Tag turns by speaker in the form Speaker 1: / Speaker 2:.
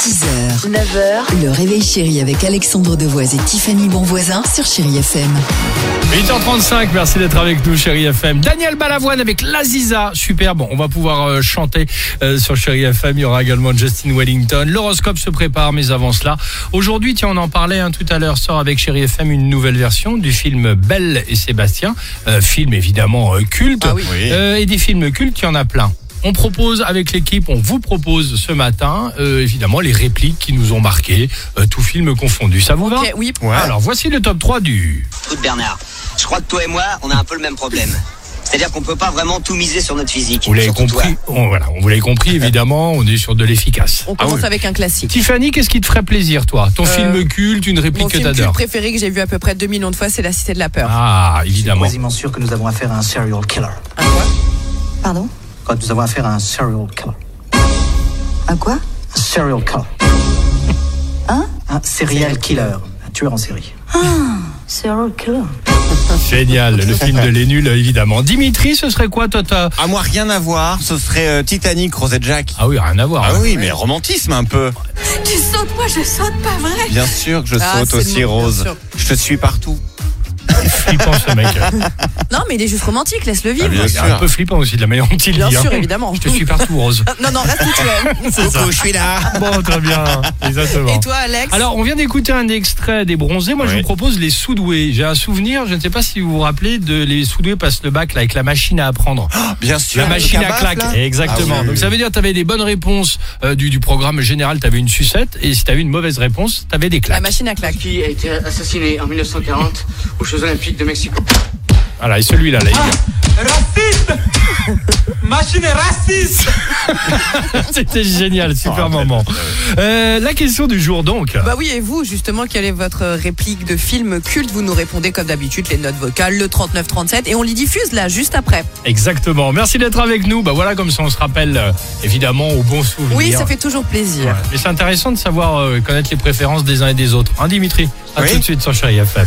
Speaker 1: 6h, 9h, le réveil chéri avec Alexandre Devoise et Tiffany Bonvoisin sur Chéri FM.
Speaker 2: 8h35, merci d'être avec nous, chérie FM. Daniel Balavoine avec l'Aziza, super. Bon, on va pouvoir euh, chanter euh, sur chérie FM. Il y aura également Justin Wellington. L'horoscope se prépare, mais avant cela, aujourd'hui, tiens, on en parlait hein, tout à l'heure, sort avec chérie FM une nouvelle version du film Belle et Sébastien, Euh, film évidemment euh, culte.
Speaker 3: Ah
Speaker 2: Euh, et des films cultes, il y en a plein. On propose avec l'équipe, on vous propose ce matin, euh, évidemment, les répliques qui nous ont marqué, euh, tout film confondu. Ça vous
Speaker 3: Ok,
Speaker 2: va
Speaker 3: oui.
Speaker 2: Alors voici le top 3 du...
Speaker 4: Écoute Bernard, je crois que toi et moi, on a un peu le même problème. C'est-à-dire qu'on peut pas vraiment tout miser sur notre physique.
Speaker 2: Vous l'avez
Speaker 4: Surtout
Speaker 2: compris, on, voilà, on vous l'avez compris évidemment, on est sur de l'efficace.
Speaker 3: On
Speaker 2: Ah
Speaker 3: commence
Speaker 2: oui.
Speaker 3: avec un classique.
Speaker 2: Tiffany, qu'est-ce qui te ferait plaisir toi Ton
Speaker 3: Euh,
Speaker 2: film culte, une réplique
Speaker 3: Mon
Speaker 2: que
Speaker 3: film culte
Speaker 2: t'adores
Speaker 3: préféré que j'ai vu à peu près 2 millions de fois, c'est La Cité de la Peur.
Speaker 2: Ah,
Speaker 5: Je suis
Speaker 2: évidemment.
Speaker 5: quasiment sûr que nous avons affaire à un serial killer.
Speaker 1: Pardon
Speaker 5: Quand nous avons affaire à un serial killer.
Speaker 1: À quoi
Speaker 5: Un serial killer.
Speaker 1: Hein
Speaker 5: Un serial killer. Un tueur en série.
Speaker 1: Serial killer.
Speaker 2: Génial, le film de Les Nuls, évidemment. Dimitri, ce serait quoi toi t'as-
Speaker 6: À moi, rien à voir, ce serait euh, Titanic, Rosette Jack.
Speaker 2: Ah oui, rien à voir.
Speaker 6: Ah
Speaker 2: hein.
Speaker 6: oui, mais romantisme un peu.
Speaker 7: Tu sautes, moi je saute, pas vrai
Speaker 6: Bien sûr que je
Speaker 3: Ah,
Speaker 6: saute
Speaker 3: c'est
Speaker 6: aussi,
Speaker 3: bon, bien
Speaker 6: Rose.
Speaker 3: sûr.
Speaker 6: Je te suis partout.
Speaker 2: Flippant ce mec.
Speaker 3: Non, mais il est juste romantique, laisse-le vivre.
Speaker 6: bien
Speaker 2: Il est un
Speaker 6: sûr.
Speaker 2: peu flippant aussi de la manière dont il
Speaker 3: Bien
Speaker 2: dit, hein.
Speaker 3: sûr, évidemment.
Speaker 2: Je te suis partout, Rose.
Speaker 3: Ah, Non, non, reste où tu es.
Speaker 6: Coucou, je suis là.
Speaker 2: Bon, très bien, exactement.
Speaker 3: Et toi, Alex
Speaker 2: Alors, on vient d'écouter un extrait des bronzés. Moi, je
Speaker 6: Oui.
Speaker 2: vous propose les soudoués. J'ai un souvenir, je ne sais pas si vous vous rappelez, de les soudoués passent le bac là, avec la machine à apprendre.
Speaker 3: Ah,
Speaker 6: Bien sûr.
Speaker 2: La
Speaker 6: le
Speaker 2: machine à
Speaker 6: cabaf,
Speaker 2: claque,
Speaker 6: là.
Speaker 2: exactement.
Speaker 6: Ah oui,
Speaker 2: Donc ça veut dire que tu avais des bonnes réponses euh, du, du programme général, tu avais une sucette, et si tu avais une mauvaise réponse, tu avais des
Speaker 3: La
Speaker 2: claques.
Speaker 3: machine à claque.
Speaker 8: qui a été assassiné en 1940 aux Jeux Olympiques de Mexico.
Speaker 2: Voilà, et celui-là, là, il-
Speaker 3: Ah,
Speaker 2: c'était génial, super
Speaker 6: Ah,
Speaker 2: moment. Euh, la question du jour donc.
Speaker 3: Bah oui, et vous, justement, quelle est votre réplique de film culte Vous nous répondez comme d'habitude les notes vocales, le 39-37, et on les diffuse là, juste après.
Speaker 2: Exactement. Merci d'être avec nous. Bah voilà, comme ça on se rappelle euh, évidemment aux bons souvenirs.
Speaker 3: Oui, ça fait toujours plaisir.
Speaker 2: Mais c'est intéressant de savoir euh, connaître les préférences des uns et des autres. Hein, Dimitri À
Speaker 6: Oui.
Speaker 2: tout de suite sur Chéri FM.